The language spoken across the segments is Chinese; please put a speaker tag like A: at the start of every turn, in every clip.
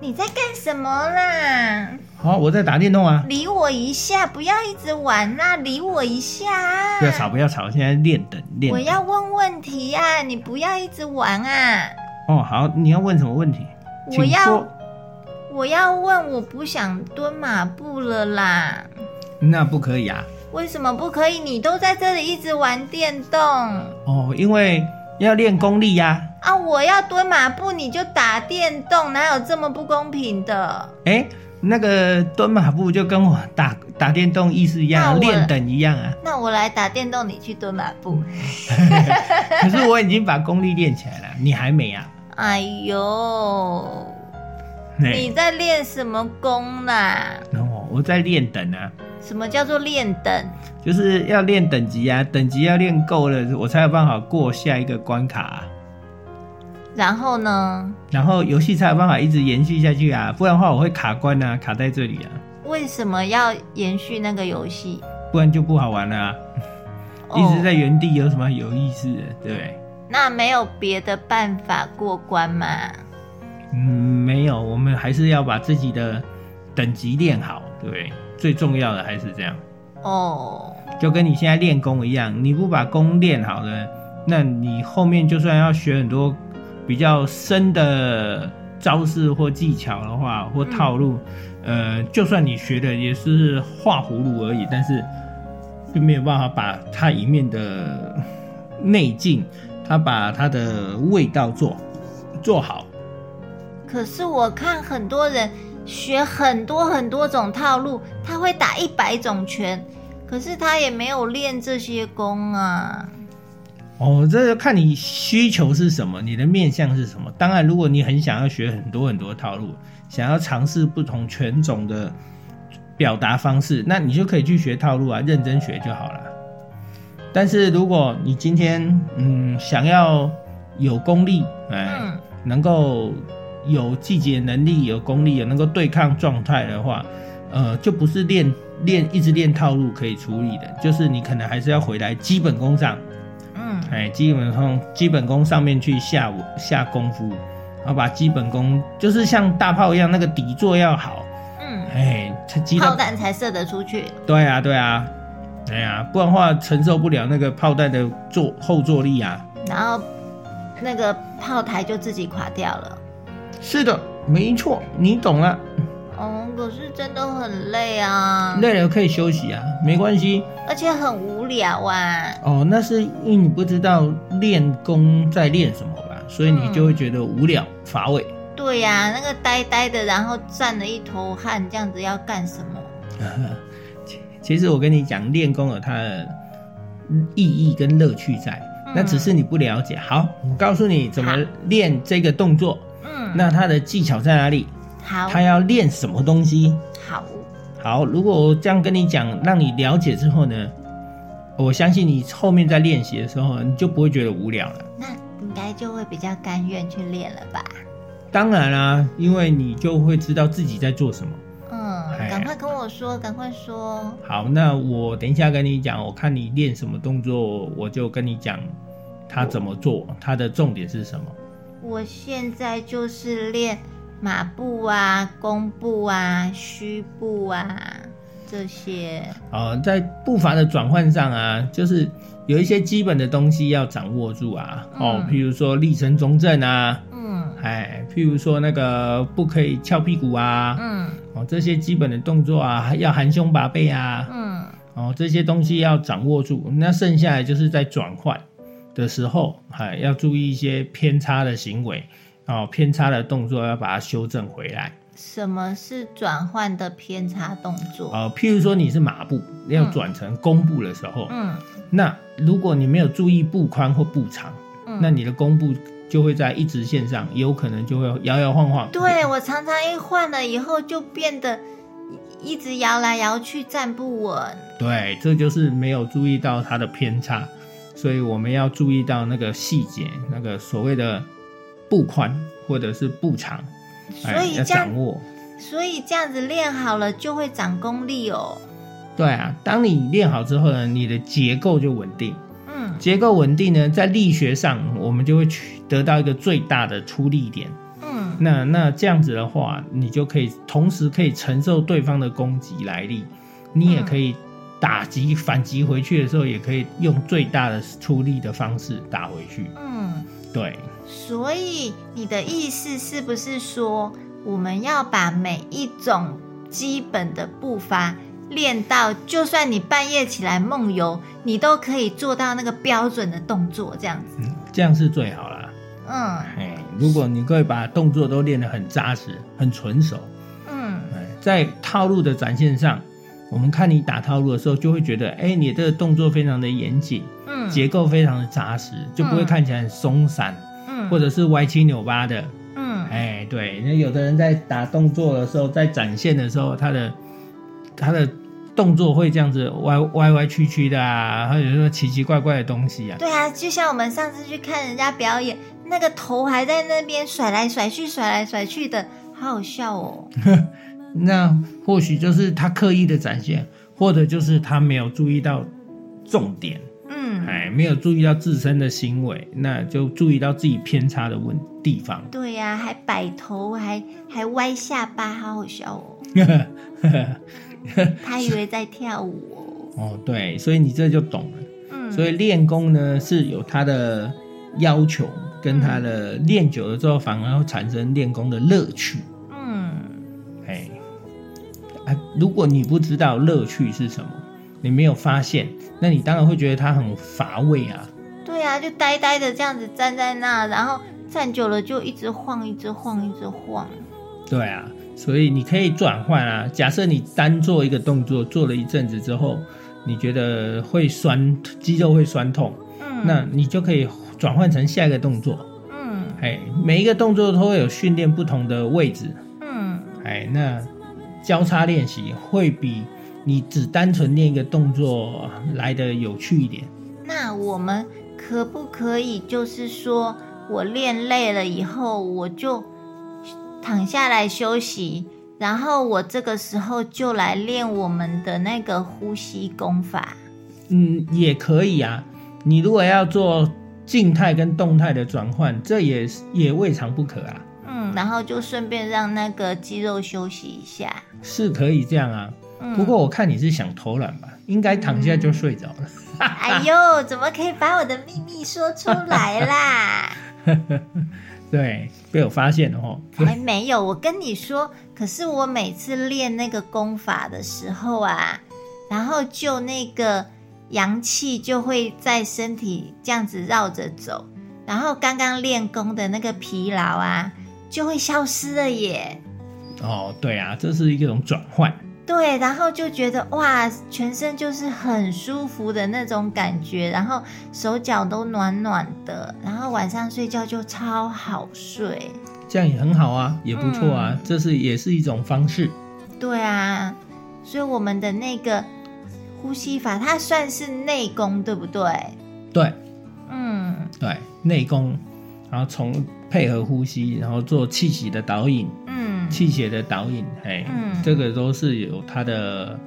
A: 你在干什么啦？
B: 好、我在打电动啊！
A: 理我一下，不要一直玩啦，理我一下啊！
B: 不要吵，不要吵，现在练等练
A: 我
B: 等。
A: 要问问题啊，你不要一直玩啊！
B: 哦，好，你要问什么问题？请
A: 我要
B: 说
A: 我要问，我不想蹲马步了啦。
B: 那不可以啊！
A: 为什么不可以？你都在这里一直玩电动
B: 哦，因为要练功力呀、
A: 啊！我要蹲马步，你就打电动，哪有这么不公平的？
B: 哎，那个蹲马步就跟我打打电动意思一样啊，
A: 那我
B: 练等一样啊。
A: 那我来打电动，你去蹲马步。
B: 嗯可是我已经把功力练起来了，你还没啊？
A: 哎呦，
B: 哎
A: 你，在练什么功啦？
B: 哦，我在练等啊，
A: 什么叫做练等？
B: 就是要练等级啊，等级要练够了，我才有办法过下一个关卡、啊。
A: 然后呢？
B: 然后游戏才有办法一直延续下去啊，不然的话我会卡关啊，卡在这里啊，
A: 为什么要延续那个游戏？
B: 不然就不好玩了啊。一直在
A: 哦，
B: 原地有什么有意思的？对不对，
A: 那没有别的办法过关吗？
B: 嗯，没有，我们还是要把自己的等级练好，对不对？最重要的还是这样，
A: 哦，
B: 就跟你现在练功一样，你不把功练好了，那你后面就算要学很多比较深的招式或技巧的话，或套路，呃，就算你学的也是画葫芦而已，但是并没有办法把它里面的内劲，它把它的味道做做好。
A: 可是我看很多人学很多很多种套路，他会打一百种拳，可是他也没有练这些功啊。
B: 哦，这就看你需求是什么，你的面向是什么。当然，如果你很想要学很多很多套路，想要尝试不同犬种的表达方式，那你就可以去学套路啊，认真学就好了。但是如果你今天嗯想要有功力，哎，
A: 嗯，
B: 能够有季节能力、有功力、有能够对抗状态的话，呃，就不是练练一直练套路可以处理的，就是你可能还是要回来基本功上。
A: 嗯，
B: 哎，基本上基本功上面去下我下功夫，然后把基本功就是像大炮一样那个底座要好，
A: 嗯，
B: 哎，它击
A: 炮
B: 到
A: 弹才射得出去。
B: 对啊对啊，哎呀、不然的话承受不了那个炮弹的坐后坐力啊。
A: 然后那个炮台就自己垮掉了。
B: 是的，没错，你懂了，
A: 哦，可是真的很累啊，
B: 累了可以休息啊，没关系。
A: 而且很无聊啊。
B: 哦，那是因为你不知道练功在练什么吧，所以你就会觉得无聊乏味。
A: 对呀、那个呆呆的，然后站了一头汗，这样子要干什么？
B: 其实我跟你讲，练功有它的意义跟乐趣在，
A: 嗯
B: 那只是你不了解。好，我告诉你怎么
A: 好
B: 练这个动作，
A: 嗯，
B: 那它的技巧在哪里？
A: 好
B: 它要练什么东西？
A: 好，
B: 好，如果我这样跟你讲，让你了解之后呢，我相信你后面在练习的时候，你就不会觉得无聊了。
A: 那应该就会比较甘愿去练了吧？
B: 当然啦、因为你就会知道自己在做什么。
A: 嗯，
B: 哎
A: 赶快跟我说，赶快说。
B: 好，那我等一下跟你讲，我看你练什么动作，我就跟你讲他怎么做，他的重点是什么。
A: 我现在就是练马步啊、弓步啊、虚步啊这些。
B: 呃，在步伐的转换上啊，就是有一些基本的东西要掌握住啊。哦
A: 嗯，
B: 譬如说立身中正啊，
A: 嗯
B: 哎，譬如说那个不可以翘屁股啊，
A: 嗯
B: 哦，这些基本的动作啊，要含胸拔背啊，
A: 嗯
B: 哦，这些东西要掌握住。那剩下来就是在转换的时候，哎，要注意一些偏差的行为，哦，偏差的动作要把它修正回来。
A: 什么是转换的偏差动作？
B: 哦，譬如说你是马步要转成弓步的时候，
A: 嗯
B: 那如果你没有注意步宽或步长，
A: 嗯，
B: 那你的弓步就会在一直线上，也有可能就会摇摇晃晃。
A: 对我常常一换了以后就变得一直摇来摇去，站不稳。
B: 对，这就是没有注意到它的偏差，所以我们要注意到那个细节，那个所谓的步宽或者是步长，哎
A: 所以
B: 要
A: 这样
B: 掌，握。
A: 所以这样子练好了就会长功力哦。
B: 对啊，当你练好之后呢，你的结构就稳定，
A: 嗯
B: 结构稳定呢，在力学上我们就会去得到一个最大的出力点。
A: 嗯
B: 那那这样子的话，你就可以同时可以承受对方的攻击来力，你也可以打击反击回去的时候，也可以用最大的出力的方式打回去。
A: 嗯，
B: 对，
A: 所以你的意思是不是说我们要把每一种基本的步伐练到，就算你半夜起来梦游，你都可以做到那个标准的动作，这样子？
B: 嗯，这样是最好啦。
A: 嗯
B: 哎，如果你可以把动作都练得很扎实、很纯熟，
A: 嗯。
B: 哎，在套路的展现上，我们看你打套路的时候，就会觉得，哎，你这个动作非常的严谨，
A: 嗯
B: 结构非常的扎实，就不会
A: 嗯
B: 看起来很松散，
A: 嗯
B: 或者是歪七扭八的。
A: 嗯
B: 哎，对，那有的人在打动作的时候，在展现的时候，他的他的动作会这样子歪歪歪曲曲的啊，或者说奇奇怪怪的东西啊。
A: 对啊，就像我们上次去看人家表演，那个头还在那边甩来甩去、甩来甩去的，好好笑哦。
B: 那或许就是他刻意的展现，或者就是他没有注意到重点，
A: 嗯，
B: 哎，没有注意到自身的行为，那就注意到自己偏差的问地方。
A: 对呀、还摆头，还还歪下巴，好好笑哦。他以为在跳舞
B: 哦，对，所以你这就懂了。
A: 哦。嗯，
B: 所以练功呢是有它的要求，跟它的练久了之后，反而会产生练功的乐趣。
A: 嗯
B: 哎，啊，如果你不知道乐趣是什么，你没有发现，那你当然会觉得它很乏味啊。
A: 对啊，就呆呆的这样子站在那，然后站久了就一直晃，一直晃，一直晃。
B: 对啊，所以你可以转换啊。假设你单做一个动作，做了一阵子之后，你觉得会酸，肌肉会酸痛，
A: 嗯，
B: 那你就可以转换成下一个动作。
A: 嗯
B: 哎，每一个动作都会有训练不同的位置，
A: 嗯
B: 哎，那交叉练习会比你只单纯练一个动作来的有趣一点。
A: 那我们可不可以就是说，我练累了以后，我就躺下来休息，然后我这个时候就来练我们的那个呼吸功法？
B: 嗯，也可以啊。你如果要做静态跟动态的转换，这也是也未尝不可啊，
A: 嗯，然后就顺便让那个肌肉休息一下。
B: 是可以这样啊。
A: 嗯，
B: 不过我看你是想偷懒吧，应该躺下就睡着了。
A: 哎呦，怎么可以把我的秘密说出来 啦？
B: 对，被我发现了哦。
A: 还哎没有，我跟你说，可是我每次练那个功法的时候啊，然后就那个阳气就会在身体这样子绕着走，然后刚刚练功的那个疲劳啊，就会消失了耶。
B: 哦，对啊，这是一种转换。
A: 对，然后就觉得哇，全身就是很舒服的那种感觉，然后手脚都暖暖的，然后晚上睡觉就超好睡。
B: 这样也很好啊，也不错啊，
A: 嗯
B: 这是也是一种方式。
A: 对啊，所以我们的那个呼吸法，它算是内功，对不对？
B: 对，
A: 嗯
B: 对，内功，然后从配合呼吸，然后做气息的导引，
A: 嗯
B: 气血的导引，哎，
A: 嗯
B: 这个都是有它的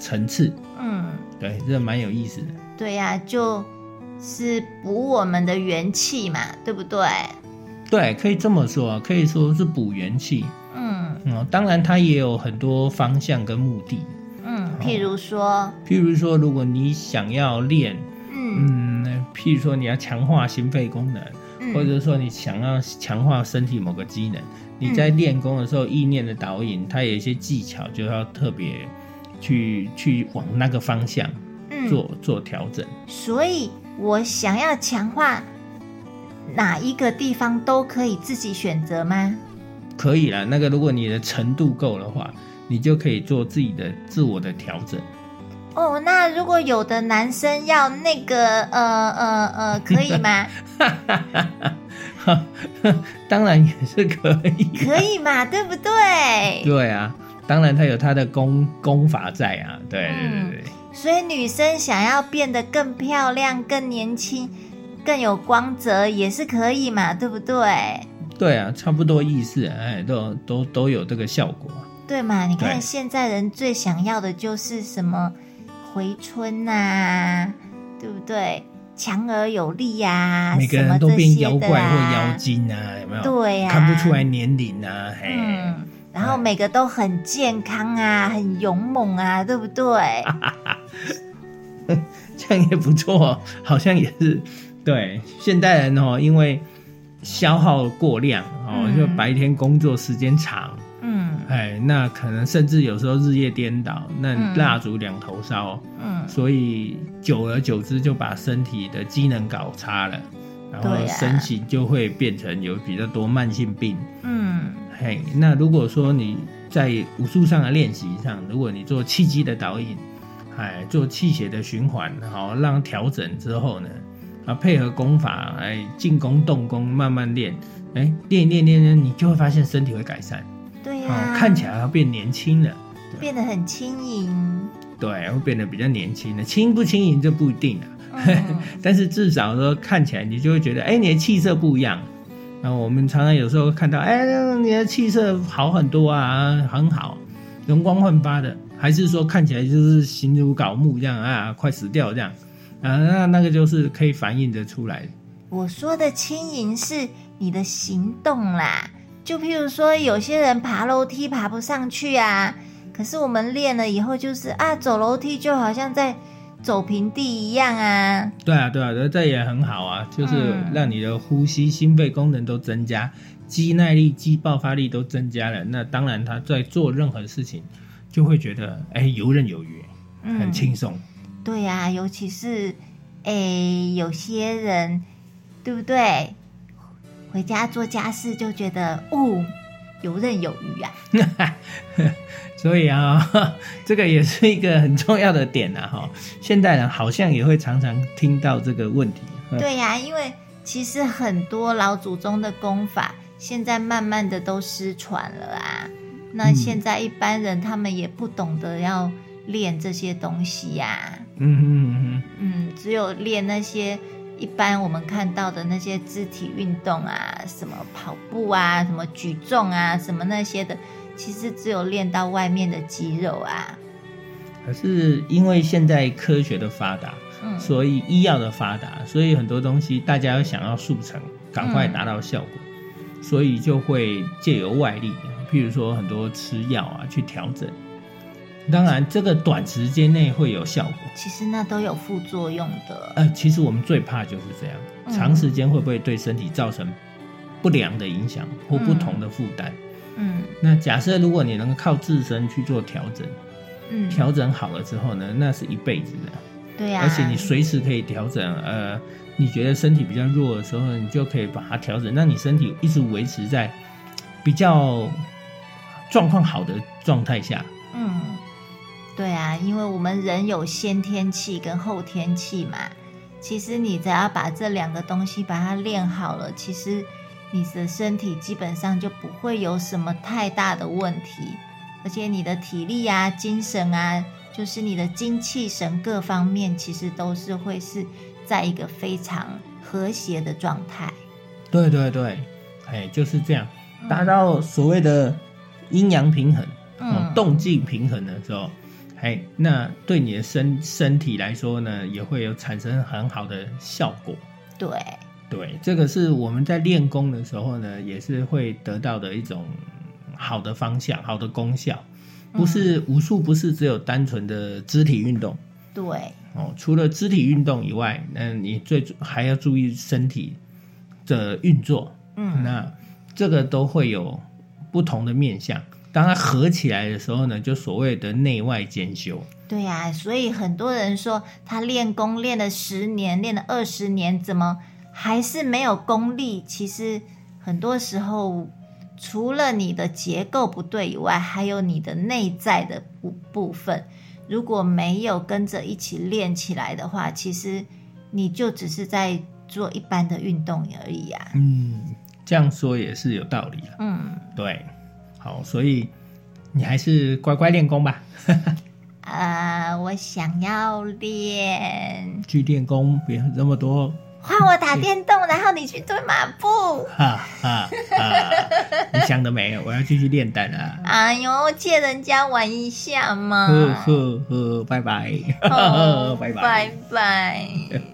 B: 层次，
A: 嗯，
B: 对，这蛮有意思的。
A: 对呀、就是补我们的元气嘛，对不对？
B: 对，可以这么说，啊可以说是补元气。
A: 嗯
B: 嗯，当然它也有很多方向跟目的，
A: 嗯，譬如说，
B: 譬如说，如果你想要练，
A: 嗯
B: 嗯，譬如说你要强化心肺功能，
A: 嗯，
B: 或者说你想要强化身体某个机能，你在练功的时候，意念的导引，它有一些技巧就要特别去去往那个方向
A: 嗯，
B: 做做调整。
A: 所以我想要强化哪一个地方都可以自己选择 吗？
B: 可以啦，那个如果你的程度够的话，你就可以做自己的自我的调整。
A: 哦，那如果有的男生要那个呃呃呃，可以吗？
B: 当然也是可以。
A: 可以 嘛，对不对？
B: 对啊，当然它有它的功功法在啊。对对对对。
A: 所以女生想要变得更漂亮、更年轻、更有光泽，也是可以嘛，对不对？
B: 对啊，差不多意思，哎，都都都有这个效果。
A: 对嘛？你看
B: 对
A: 现在人最想要的就是什么回春呐、对不对？强而有力啊呀、
B: 每个人都变妖怪或妖、精啊，有没有？
A: 啊，对呀、
B: 看不出来。年龄啊，嘿，
A: 嗯，然后每个都很健康啊，很勇猛啊，对不对？
B: 这样也不错，好像也是。对，现代人哦，因为消耗过量哦，
A: 嗯
B: 就白天工作时间长，
A: 嗯
B: 哎，那可能甚至有时候日夜颠倒，那
A: 嗯
B: 蜡烛两头烧，
A: 嗯，
B: 所以久而久之就把身体的机能搞差了，然后
A: 对啊
B: 身形就会变成有比较多慢性病。
A: 嗯
B: 嘿，那如果说你在武术上的练习上，如果你做气机的导引，哎，做气血的循环，好让调整之后呢，啊，配合功法，哎，进攻动功慢慢练，哎，练一练练一练，你就会发现身体会改善，
A: 对呀、
B: 哦，看起来会变年轻了，
A: 变得很轻 盈。
B: 对，会变得比较年轻了，轻不轻盈这不一定啊，
A: 嗯
B: 但是至少说看起来你就会觉得，哎、你的气色不一样。然后我们常常有时候看到，哎、你的气色好很多啊，很好，容光焕发的，还是说看起来就是形如槁木这样啊，快死掉这样啊？那那个就是可以反映得出来。
A: 我说的轻盈是你的行动啦，就譬如说有些人爬楼梯爬不上去啊，可是我们练了以后就是啊，走楼梯就好像在走平地一样啊。
B: 对啊，对啊，对啊这也很好啊，就是
A: 嗯
B: 让你的呼吸、心肺功能都增加，肌耐力、肌爆发力都增加了。那当然，他在做任何事情就会觉得，哎、游刃有余，
A: 嗯
B: 很轻松。
A: 对呀、尤其是诶，有些人对不对？回家做家事就觉得哦，游刃有余啊。
B: 所以啊， 这个也是一个很重要的点啊，哈，现代人好像也会常常听到这个问题。 嗯
A: 对呀、因为其实很多老祖宗的功法，现在慢慢的都失传了啊。那
B: 嗯
A: 现在一般人他们也不懂得要练这些东西呀、
B: 嗯嗯
A: 嗯，只有练那些一般我们看到的那些肢体运动啊，什么跑步啊，什么举重啊，什么那些的，其实只有练到外面的肌肉啊。
B: 嗯。可是因为现在科学的发达，
A: 嗯，
B: 所以医药的发达，所以很多东西大家想要速成，赶快达到效果，所以就会借由外力，譬如说很多吃药啊去调整。当然，这个短时间内会有效果。
A: 其实那都有副作用的。
B: 呃，其实我们最怕就是这样，
A: 嗯
B: 长时间会不会对身体造成不良的影响或不同的负担？
A: 嗯
B: 那假设如果你能够靠自身去做调整，
A: 嗯，
B: 调整好了之后呢，那是一辈子的，
A: 对呀、
B: 而且你随时可以调整。呃，你觉得身体比较弱的时候，你就可以把它调整，让你身体一直维持在比较状况好的状态下。
A: 嗯，对啊，因为我们人有先天气跟后天气嘛，其实你只要把这两个东西把它练好了，其实你的身体基本上就不会有什么太大的问题，而且你的体力啊、精神啊，就是你的精气神各方面，其实都是会是在一个非常和谐的状态。
B: 对对对，哎，就是这样，
A: 嗯
B: 达到所谓的阴阳平衡。哦，
A: 嗯，
B: 动静平衡的时候，哎，那对你的身身体来说呢，也会有产生很好的效果。
A: 对，
B: 对，这个是我们在练功的时候呢，也是会得到的一种好的方向、好的功效。不是武术，不是只有单纯的肢体运动
A: 对，
B: 哦。除了肢体运动以外，那你最还要注意身体的运作。
A: 嗯
B: 那这个都会有不同的面向。当它合起来的时候呢，就所谓的内外兼修。
A: 对呀、所以很多人说他练功练了十年，练了二十年，怎么还是没有功力？其实很多时候，除了你的结构不对以外，还有你的内在的部部分，如果没有跟着一起练起来的话，其实你就只是在做一般的运动而已啊。
B: 嗯，这样说也是有道理的。
A: 嗯，
B: 对，好，所以你还是乖乖练功吧。
A: 呃，我想要练，
B: 去练功，别那么多，
A: 换我打电动，然后你去蹲马步。
B: 哈哈哈！ 你想得美，我要继续练胆啊！
A: 哎呦，借人家玩一下嘛。
B: 嗯 呵呵呵，拜拜，
A: 哦
B: 拜拜。
A: 拜拜。